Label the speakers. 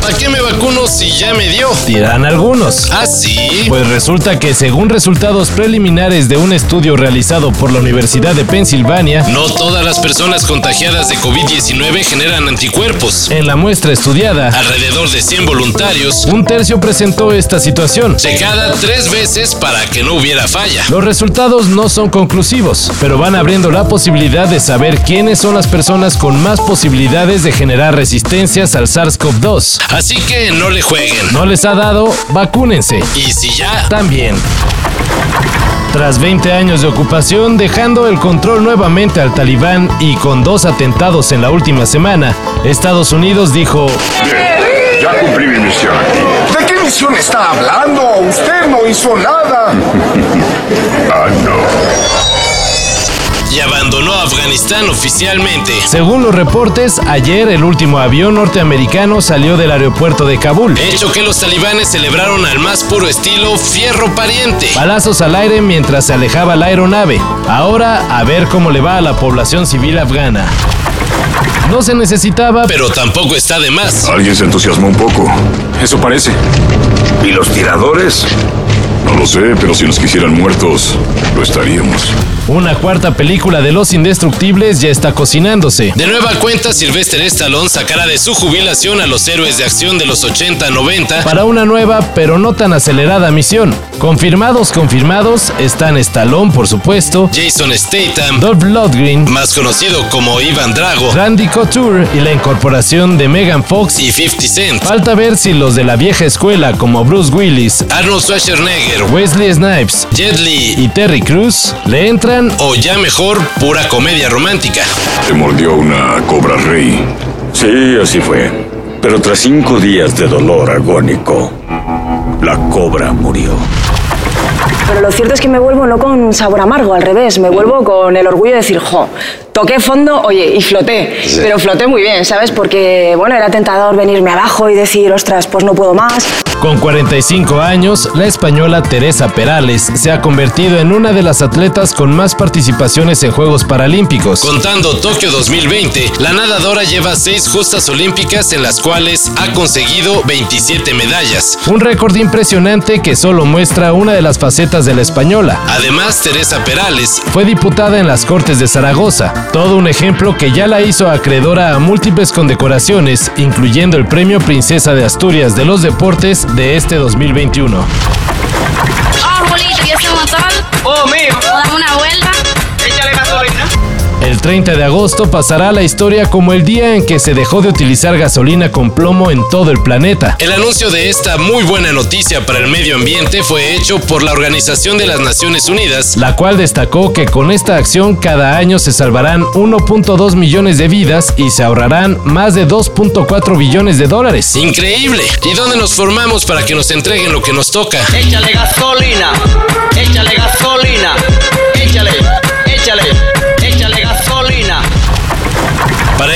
Speaker 1: ¿Para qué me vacuno si ya me dio?
Speaker 2: Dirán algunos.
Speaker 1: ¿Ah, sí?
Speaker 2: Pues resulta que según resultados preliminares de un estudio realizado por la Universidad de Pensilvania,
Speaker 1: No todas las personas contagiadas de COVID-19 generan anticuerpos.
Speaker 2: en la muestra estudiada,
Speaker 1: Alrededor de 100 voluntarios,
Speaker 2: un tercio presentó esta situación.
Speaker 1: checada tres veces para que no hubiera falla.
Speaker 2: Los resultados no son conclusivos, pero van abriendo la posibilidad de saber quiénes son las personas con más posibilidades de generar resistencias al SARS-CoV-2.
Speaker 1: Así que no le jueguen.
Speaker 2: No les ha dado, vacúnense.
Speaker 1: Y si ya,
Speaker 2: También. Tras 20 años de ocupación, dejando el control nuevamente al talibán y con dos atentados en la última semana, Estados Unidos dijo,
Speaker 3: Bien, ya cumplí mi misión aquí.
Speaker 4: ¿De qué misión está hablando? Usted no hizo nada.
Speaker 3: Ah, no.
Speaker 1: y abandonó Afganistán oficialmente.
Speaker 2: según los reportes, ayer el último avión norteamericano salió del aeropuerto de Kabul.
Speaker 1: Hecho que los talibanes celebraron al más puro estilo fierro pariente.
Speaker 2: Balazos al aire mientras se alejaba la aeronave. Ahora a ver cómo le va a la población civil afgana. No se necesitaba,
Speaker 1: Pero tampoco está de más.
Speaker 3: Alguien se entusiasmó un poco. Eso parece. ¿Y los tiradores? No lo sé, pero si nos quisieran muertos, lo estaríamos.
Speaker 2: una cuarta película de Los Indestructibles ya está cocinándose.
Speaker 1: De nueva cuenta, Sylvester Stallone sacará de su jubilación a los héroes de acción de los 80-90.
Speaker 2: para una nueva pero no tan acelerada misión. Confirmados, confirmados están Stallone, por supuesto,
Speaker 1: Jason Statham,
Speaker 2: Dolph Lundgren,
Speaker 1: más conocido como Ivan Drago,
Speaker 2: Randy Couture y la incorporación de Megan Fox.
Speaker 1: y 50 Cent,
Speaker 2: Falta ver si los de la vieja escuela como Bruce Willis,
Speaker 1: Arnold Schwarzenegger,
Speaker 2: Wesley Snipes
Speaker 1: Jet Li
Speaker 2: y Terry Crews le entran
Speaker 1: o ya mejor, pura comedia romántica.
Speaker 3: Te mordió una cobra rey.
Speaker 5: Sí, así fue. Pero tras cinco días de dolor agónico, la cobra murió.
Speaker 6: Pero lo cierto es que me vuelvo no con sabor amargo, al revés, me vuelvo con el orgullo de decir, jo, toqué fondo, oye, y floté, pero floté muy bien, ¿sabes? Porque, bueno, era tentador venirme abajo y decir, ostras, pues no puedo más.
Speaker 2: Con 45 años, la española Teresa Perales se ha convertido en una de las atletas con más participaciones en Juegos Paralímpicos.
Speaker 1: Contando Tokio 2020, la nadadora lleva seis justas olímpicas en las cuales ha conseguido 27 medallas.
Speaker 2: Un récord impresionante que solo muestra una de las facetas de la española.
Speaker 1: Además, Teresa Perales
Speaker 2: Fue diputada en las Cortes de Zaragoza, todo un ejemplo que ya la hizo acreedora a múltiples condecoraciones, incluyendo el Premio Princesa de Asturias de los Deportes de este 2021.
Speaker 7: Oh, Julito, ya se motor. Oh, mío. Dame una vuelta. Échale gasolina.
Speaker 2: El 30 de agosto pasará a la historia como el día en que se dejó de utilizar gasolina con plomo en todo el planeta.
Speaker 1: El anuncio de esta muy buena noticia para el medio ambiente fue hecho por la Organización de las Naciones Unidas.
Speaker 2: la cual destacó que con esta acción cada año se salvarán 1.2 millones de vidas y se ahorrarán más de 2.4 billones de dólares.
Speaker 1: Increíble. ¿Y dónde nos formamos para que nos entreguen lo que nos toca?
Speaker 8: Échale gasolina, échale gasolina, échale, échale, échale gasolina.
Speaker 1: Para